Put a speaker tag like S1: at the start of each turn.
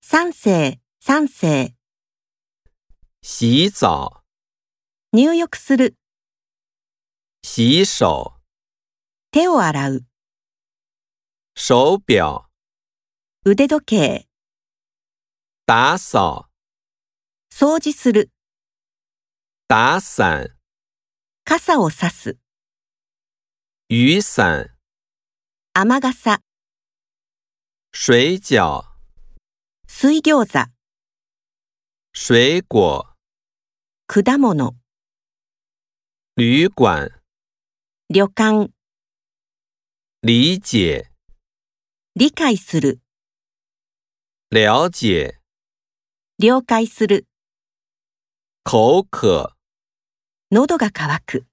S1: 三世、三世、
S2: 洗澡、
S1: 入浴する、
S2: 洗手、
S1: 手を洗う、
S2: 手表、
S1: 腕時計、
S2: 打扫、
S1: 掃除する、
S2: 打伞、
S1: 傘を差す、
S2: 雨伞、
S1: 雨傘、
S2: 水饺、
S1: 水餃
S2: 水果、
S1: 子、果物、
S2: 旅馆、
S1: 旅館、
S2: 理解、
S1: 理解する、
S2: 了解、
S1: 了解する、
S2: 口渴。
S1: 喉が渇く。